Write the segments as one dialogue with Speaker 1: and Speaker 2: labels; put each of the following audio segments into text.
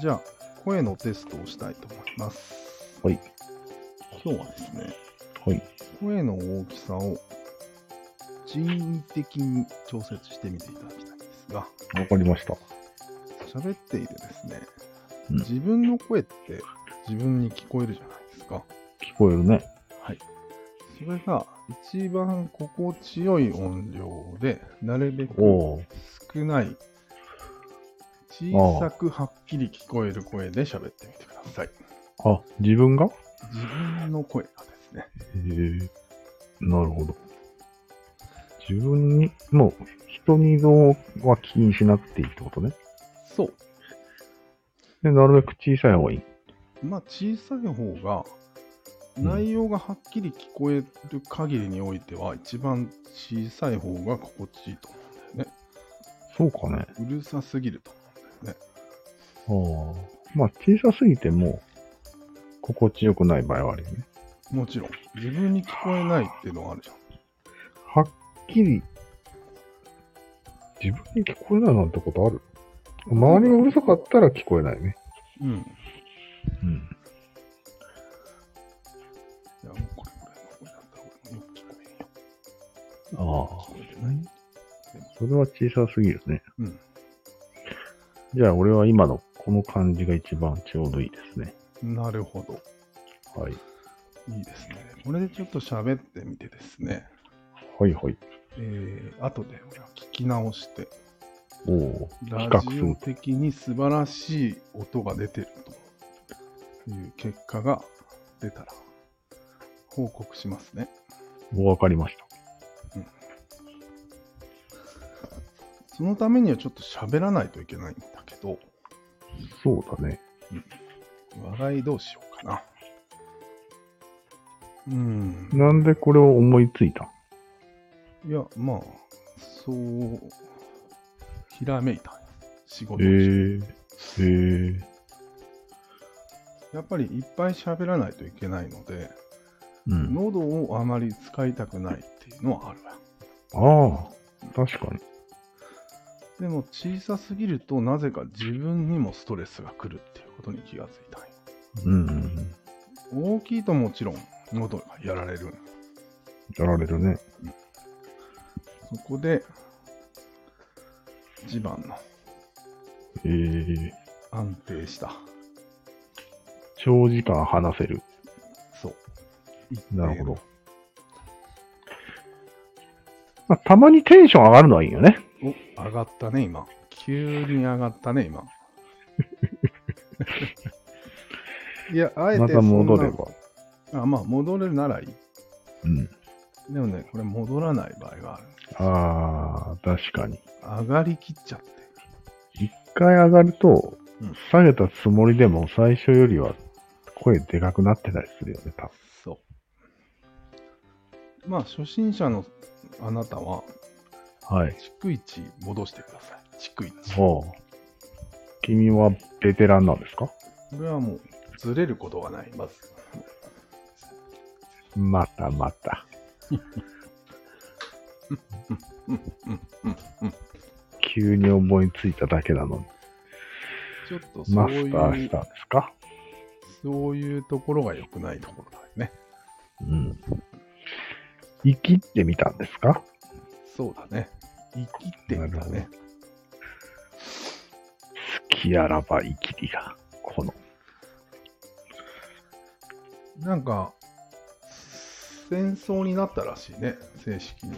Speaker 1: じゃあ、声のテストをしたいと思います。
Speaker 2: はい。
Speaker 1: 今日はですね、
Speaker 2: はい。
Speaker 1: 声の大きさを人為的に調節してみていただきたいんですが、
Speaker 2: わかりました。
Speaker 1: 喋っていてですね、
Speaker 2: うん
Speaker 1: 自分の声って自分に聞こえるじゃないですか。
Speaker 2: 聞こえるね。
Speaker 1: それが一番心地よい音量で、なるべく
Speaker 2: おー
Speaker 1: 少ない、小さくはっきり聞こえる声で喋ってみてください。
Speaker 2: あ、自分がへ
Speaker 1: 自分の声がですね、
Speaker 2: え。なるほど。自分に、もう、人に像は気にしなくていいってことね。
Speaker 1: そう、
Speaker 2: で、なるべく小さい方がいい。
Speaker 1: まあ小さい方が
Speaker 2: うん
Speaker 1: 内容がはっきり聞こえる限りにおいては一番小さい方が心地いいと思うんだよね。
Speaker 2: そうかね。
Speaker 1: うるさすぎると思うんだよね。
Speaker 2: ああ。まあ、小さすぎても、心地よくない場合はあるよね。
Speaker 1: もちろん、自分に聞こえないっていうのがあるじゃん。
Speaker 2: はっきり、自分に聞こえないなんてことある周りがうるさかったら聞こえないね。
Speaker 1: うん。い
Speaker 2: うん。
Speaker 1: や、もうこれぐらいの声だったら俺もよく聞こえんよ。
Speaker 2: ああ。
Speaker 1: 聞こえてない
Speaker 2: それは小さすぎるね。
Speaker 1: うん。
Speaker 2: じゃあ、俺は今のこの感じが一番ちょうどいいですね。
Speaker 1: なるほど。
Speaker 2: はい。
Speaker 1: いいですね。これでちょっと喋ってみてですね。
Speaker 2: はいはい。
Speaker 1: えー、後で俺は聞き直して、
Speaker 2: おお。比
Speaker 1: ラ
Speaker 2: 較す
Speaker 1: ジオ
Speaker 2: る。
Speaker 1: 的に素晴らしい音が出てるという結果が出たら報告しますね。
Speaker 2: おわかりました。
Speaker 1: そのためにはちょっと喋らないといけないんだけど、
Speaker 2: そうだね。
Speaker 1: 話題どうしようかな。うん。
Speaker 2: なんでこれを思いついた
Speaker 1: いや、まあ、そう、ひらめいた。仕事を
Speaker 2: ええ
Speaker 1: して
Speaker 2: ええ
Speaker 1: やっぱりいっぱい喋らないといけないので、
Speaker 2: うん。
Speaker 1: 喉をあまり使いたくないっていうのはあるわ。
Speaker 2: ああ。確かに。
Speaker 1: でも小さすぎるとなぜか自分にもストレスが来るっていうことに気がついたんよ
Speaker 2: うん、うんうん。
Speaker 1: 大きいともちろん喉がやられるんよ
Speaker 2: やられるね。
Speaker 1: そこで一番の
Speaker 2: ええ
Speaker 1: 安定した
Speaker 2: 長時間話せる。
Speaker 1: そう
Speaker 2: なるほど。まあ、たまにテンション上がるのはいいよね。
Speaker 1: お上がったね今急に上がったね今いやあえ
Speaker 2: ま
Speaker 1: て
Speaker 2: た
Speaker 1: そん
Speaker 2: 戻
Speaker 1: な
Speaker 2: れば。
Speaker 1: あまあ戻れるならいい
Speaker 2: うん。
Speaker 1: でもねこれ戻らない場合がある
Speaker 2: ああ、確かに。
Speaker 1: 上がりきっちゃって
Speaker 2: 一回上がると
Speaker 1: うん、
Speaker 2: 下げたつもりでも最初よりは声でかくなってたりするよね、多
Speaker 1: そう。まあ、初心者のあなたは、
Speaker 2: 分。はい。
Speaker 1: 逐一戻してください。逐一。
Speaker 2: おう君はベテランなんですか
Speaker 1: これはもう、ずれることがない、まず。
Speaker 2: またまた。
Speaker 1: うん、うん、うん、うん。
Speaker 2: 急に思いついただけなの
Speaker 1: ちょっと
Speaker 2: に。マ
Speaker 1: そう
Speaker 2: スター
Speaker 1: い
Speaker 2: し
Speaker 1: う、
Speaker 2: たんですか
Speaker 1: そういうところが良くないところだよね。
Speaker 2: うん。生きってみたんですか
Speaker 1: そうだね。生きてみた
Speaker 2: なる
Speaker 1: ね。
Speaker 2: 好きあらば生きりが。この。
Speaker 1: なんか、戦争になったらしいね、正式に。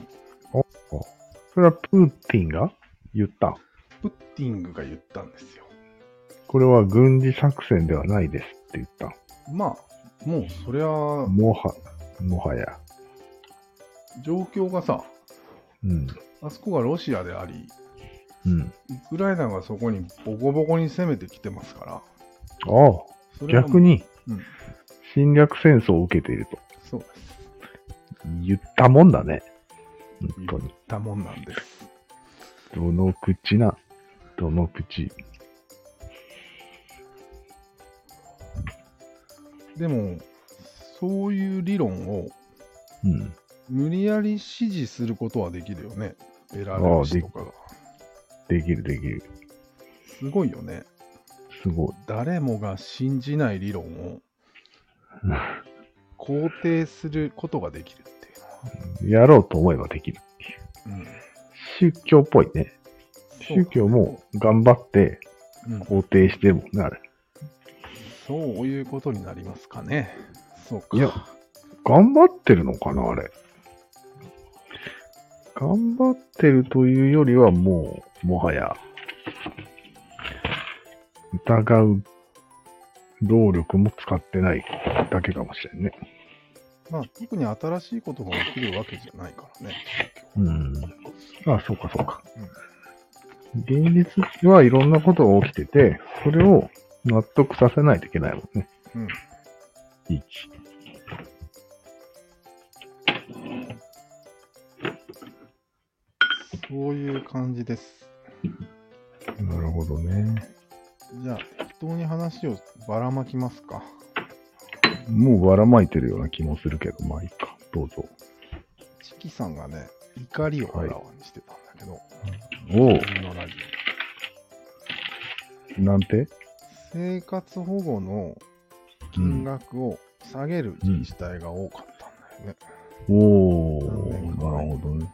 Speaker 2: それはプーティンが言ったん。
Speaker 1: プッティングが言ったんですよ。
Speaker 2: これは軍事作戦ではないですって言ったん。
Speaker 1: まあ、もうそりゃ、
Speaker 2: もは、もはや。
Speaker 1: 状況がさ、
Speaker 2: うん。
Speaker 1: あそこがロシアであり、
Speaker 2: うん。
Speaker 1: ウクライナがそこにボコボコに攻めてきてますから、
Speaker 2: ああ、
Speaker 1: それはもう
Speaker 2: 逆、に
Speaker 1: うん、
Speaker 2: 侵略戦争を受けていると
Speaker 1: そうです。
Speaker 2: 言ったもんだね。本
Speaker 1: 言
Speaker 2: 当
Speaker 1: っ
Speaker 2: に。
Speaker 1: たもんなんです。
Speaker 2: どの口な、どの口。
Speaker 1: でも、そういう理論を
Speaker 2: うん。
Speaker 1: 無理やり支持することはできるよね。ベラルーシとかが。
Speaker 2: できるできる。
Speaker 1: すごいよね。
Speaker 2: すごい。
Speaker 1: 誰もが信じない理論を肯定することができるっていう
Speaker 2: やろうと思えばできるっていう。
Speaker 1: のは。うん
Speaker 2: 宗教っぽいね。宗教、も頑張って
Speaker 1: そうだね
Speaker 2: 肯定してるもんね、あれ。
Speaker 1: うん、そういうことになりますかね。そうか。
Speaker 2: いや頑張ってるのかな、あれ。頑張ってるというよりは、もう、もはや、疑う労力も使ってないだけかもしれんね。
Speaker 1: まあ、特に新しいことが起きるわけじゃないからね。
Speaker 2: うん。ああ、そうか、そうか。現実はいろんなことが起きてて、それを納得させないといけないもんね。
Speaker 1: うん。
Speaker 2: 一。
Speaker 1: そういう感じです。
Speaker 2: なるほどね。
Speaker 1: じゃあ、適当に話をばらまきますか。
Speaker 2: もうばらまいてるような気もするけど、まあいいか。どうぞ。
Speaker 1: チキさんがね、怒りをあらわにしてたんだけど、
Speaker 2: おう
Speaker 1: 自分のラジ
Speaker 2: なんて
Speaker 1: オ生活保護の金額を下げる自治体が多かったんだよね。
Speaker 2: お
Speaker 1: 何
Speaker 2: お、
Speaker 1: 年か
Speaker 2: な
Speaker 1: 前
Speaker 2: るほどね。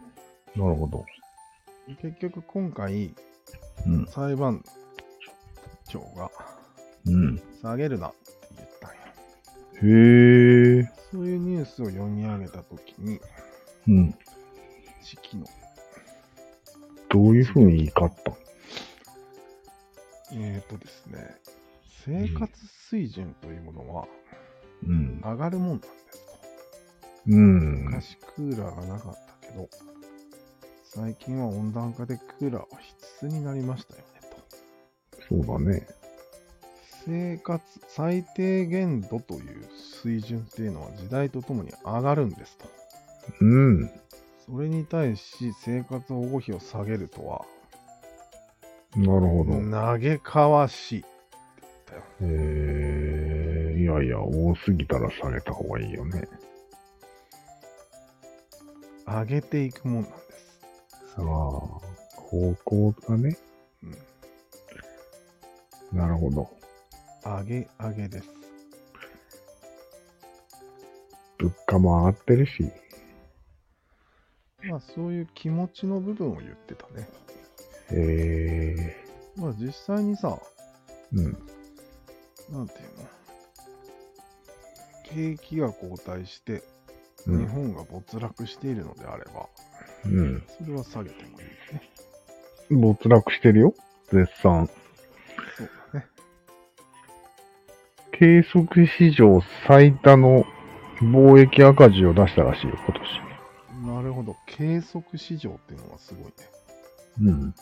Speaker 2: なるほど。
Speaker 1: 結局、今回、
Speaker 2: うん。
Speaker 1: 裁判長が
Speaker 2: うん。
Speaker 1: 下げるなって言ったんや。
Speaker 2: へえ。
Speaker 1: そういうニュースを読み上げたときに、
Speaker 2: うん。
Speaker 1: チキの、
Speaker 2: どういうふうに怒った
Speaker 1: えっ、ー、とですね、生活水準というものは
Speaker 2: うん。
Speaker 1: 上がるもんなんですと。
Speaker 2: うん。
Speaker 1: 昔クーラーがなかったけど、最近は温暖化でクーラーは必須になりましたよねと。
Speaker 2: そうだね。
Speaker 1: 生活最低限度という水準っていうのは時代とともに上がるんですと。
Speaker 2: うん。
Speaker 1: それに対し生活保護費を下げるとは、
Speaker 2: なるほど。
Speaker 1: 嘆かわしい。
Speaker 2: えー、いやいや、多すぎたら下げた方がいいよね。
Speaker 1: 上げていくもんなんです。
Speaker 2: ああ、方向がね。なるほど。
Speaker 1: 上げ上げです。
Speaker 2: 物価も上がってるし。
Speaker 1: まあそういう気持ちの部分を言ってたね。
Speaker 2: え
Speaker 1: まあ実際にさ、
Speaker 2: ー、うん。
Speaker 1: なんていうの景気が後退して
Speaker 2: う
Speaker 1: 日
Speaker 2: ん。
Speaker 1: 本が没落しているのであれば、
Speaker 2: うん。
Speaker 1: それは下げてもいいよね。
Speaker 2: 没落してるよ。絶賛。
Speaker 1: そうだね。
Speaker 2: 計測史上最多の貿易赤字を出したらしいよ、今
Speaker 1: なるほど。計測市場っていうのはすごいね。
Speaker 2: 年。うん。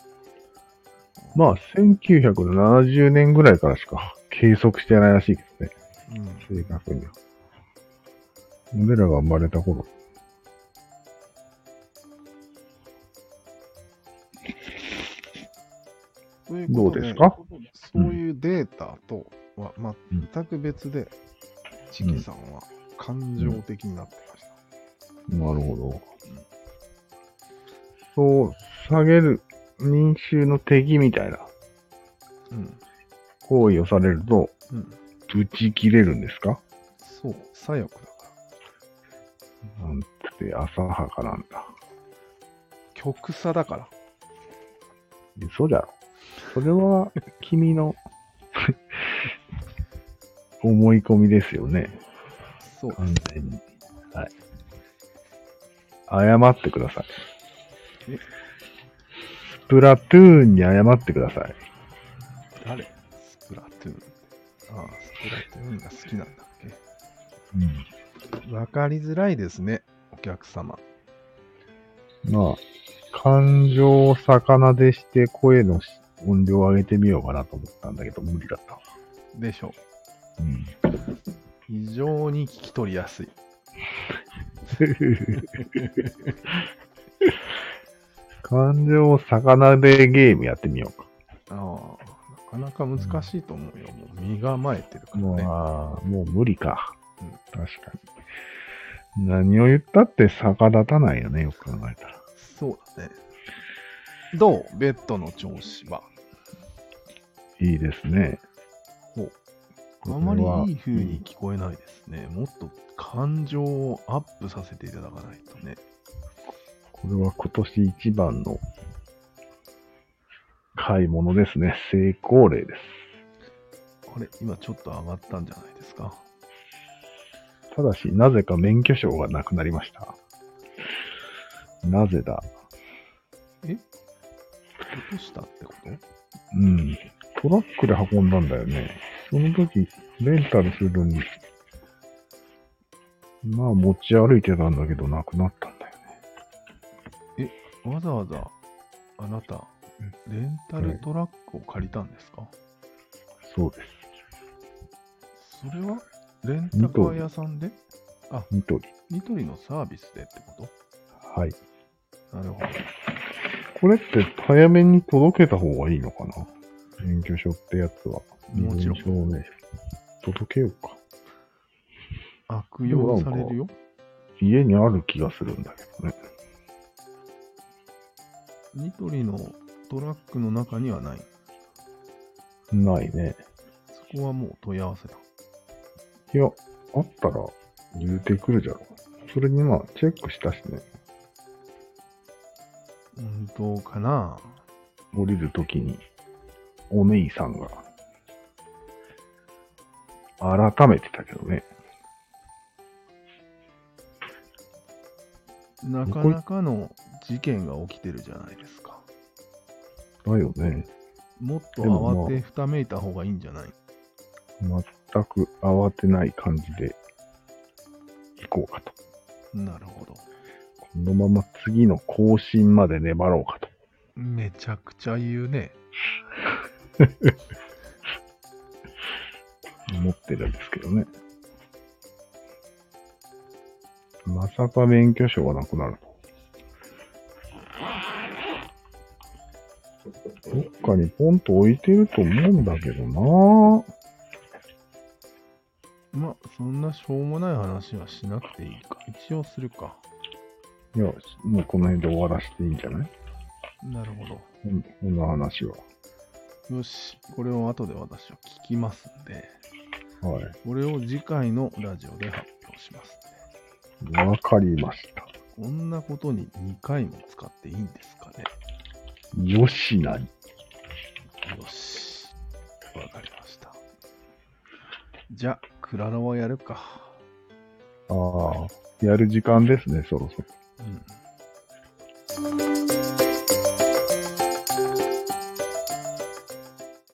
Speaker 2: まあ、1970年ぐらいからしか計測してないらしいけどね、
Speaker 1: うん。
Speaker 2: 正確には。俺らが生まれた頃。
Speaker 1: という
Speaker 2: ど
Speaker 1: こ
Speaker 2: う
Speaker 1: と
Speaker 2: ですか
Speaker 1: そういうデータとは全く別で、チキさんは感情的になってました。
Speaker 2: なるほど。そう、下げる民衆の敵みたいな
Speaker 1: うん。
Speaker 2: 行為をされると、
Speaker 1: うん。
Speaker 2: 打ち切れるんですか
Speaker 1: そう。左翼だから。
Speaker 2: なんて、浅はかなんだ。
Speaker 1: 極左だから。
Speaker 2: 嘘だろ。それは君の 思い込みですよね。
Speaker 1: そう。
Speaker 2: 完全に。はい。謝ってください。
Speaker 1: え
Speaker 2: スプラトゥーンに謝ってください。
Speaker 1: 誰スプラトゥーン。ああ、スプラトゥーンが好きなんだっけ。わかりづらいですね、お客様。
Speaker 2: まあ、感情を逆なでして声の音量を上げてみようかなと思ったんだけど、無理だったわ。
Speaker 1: でしょう。
Speaker 2: うん
Speaker 1: 非常に聞き取りやすい。
Speaker 2: 感情を魚でゲームやってみようか。
Speaker 1: ああ、なかなか難しいと思うよ。もう身構えてるからね。
Speaker 2: まあ、もう無理か
Speaker 1: うん。
Speaker 2: 確かに。何を言ったって逆立たないよね、よく考えたら。
Speaker 1: そうだね。どうベッドの調子は。
Speaker 2: いいですね。
Speaker 1: あまりいい風に聞こえないですね。もっと感情をアップさせていただかないとね。
Speaker 2: これは今年一番の買い物ですね。成功例です。
Speaker 1: あれ、今ちょっと上がったんじゃないですか。
Speaker 2: ただし、なぜか免許証がなくなりました。なぜだ。
Speaker 1: 落としたってこと
Speaker 2: うん。トラックで運んだんだよね。その時、レンタルするのに、まあ持ち歩いてたんだけど、なくなったんだよね。
Speaker 1: わざわざ、あなた、レンタルトラックを借りたんですか、
Speaker 2: そうです。
Speaker 1: それは、レンタカー屋さんで
Speaker 2: ニトリ。
Speaker 1: ニトリのサービスでってこ
Speaker 2: はい。
Speaker 1: となるほど。
Speaker 2: これって早めに届けた方がいいのかな免許証ってやつは。
Speaker 1: もちろん
Speaker 2: 身分証明書届けようか。
Speaker 1: 悪用されるよ。
Speaker 2: 家にある気がするんだけどね。
Speaker 1: ニトリのトラックの中にはない。
Speaker 2: ないね。
Speaker 1: そこはもう問い合わせた。
Speaker 2: いや、あったら言うてくるじゃろ。それにまあ、チェックしたしね。
Speaker 1: うん、どうかな
Speaker 2: 降りるときに、お姉さんが、改めてたけどね。
Speaker 1: なかなかの事件が起きてるじゃないですか。
Speaker 2: だよね。
Speaker 1: もっと
Speaker 2: でもまあ
Speaker 1: 慌てふためいた方がいいんじゃない
Speaker 2: 全く慌てない感じで、行こうかと。
Speaker 1: なるほど。
Speaker 2: このまま次の更新まで粘ろうかと。
Speaker 1: めちゃくちゃ言うね。
Speaker 2: 思ってるんですけどね。まさか免許証がなくなると。どっかにポンと置いてると思うんだけどな
Speaker 1: まあ、そんなしょうもない話はしなくていいか。一応するか。
Speaker 2: いや、もうこの辺で終わらせていいんじゃない
Speaker 1: なるほど。
Speaker 2: こんこの話は。
Speaker 1: よし、これを後で私は聞きますんで、
Speaker 2: はい。
Speaker 1: これを次回のラジオで発表しますね。
Speaker 2: わかりました。
Speaker 1: こんなことに2回も使っていいんですかね。
Speaker 2: よしなに。
Speaker 1: よし、わかりました。じゃあ、クラロワやるか。
Speaker 2: ああ、やる時間ですね、そろそろ。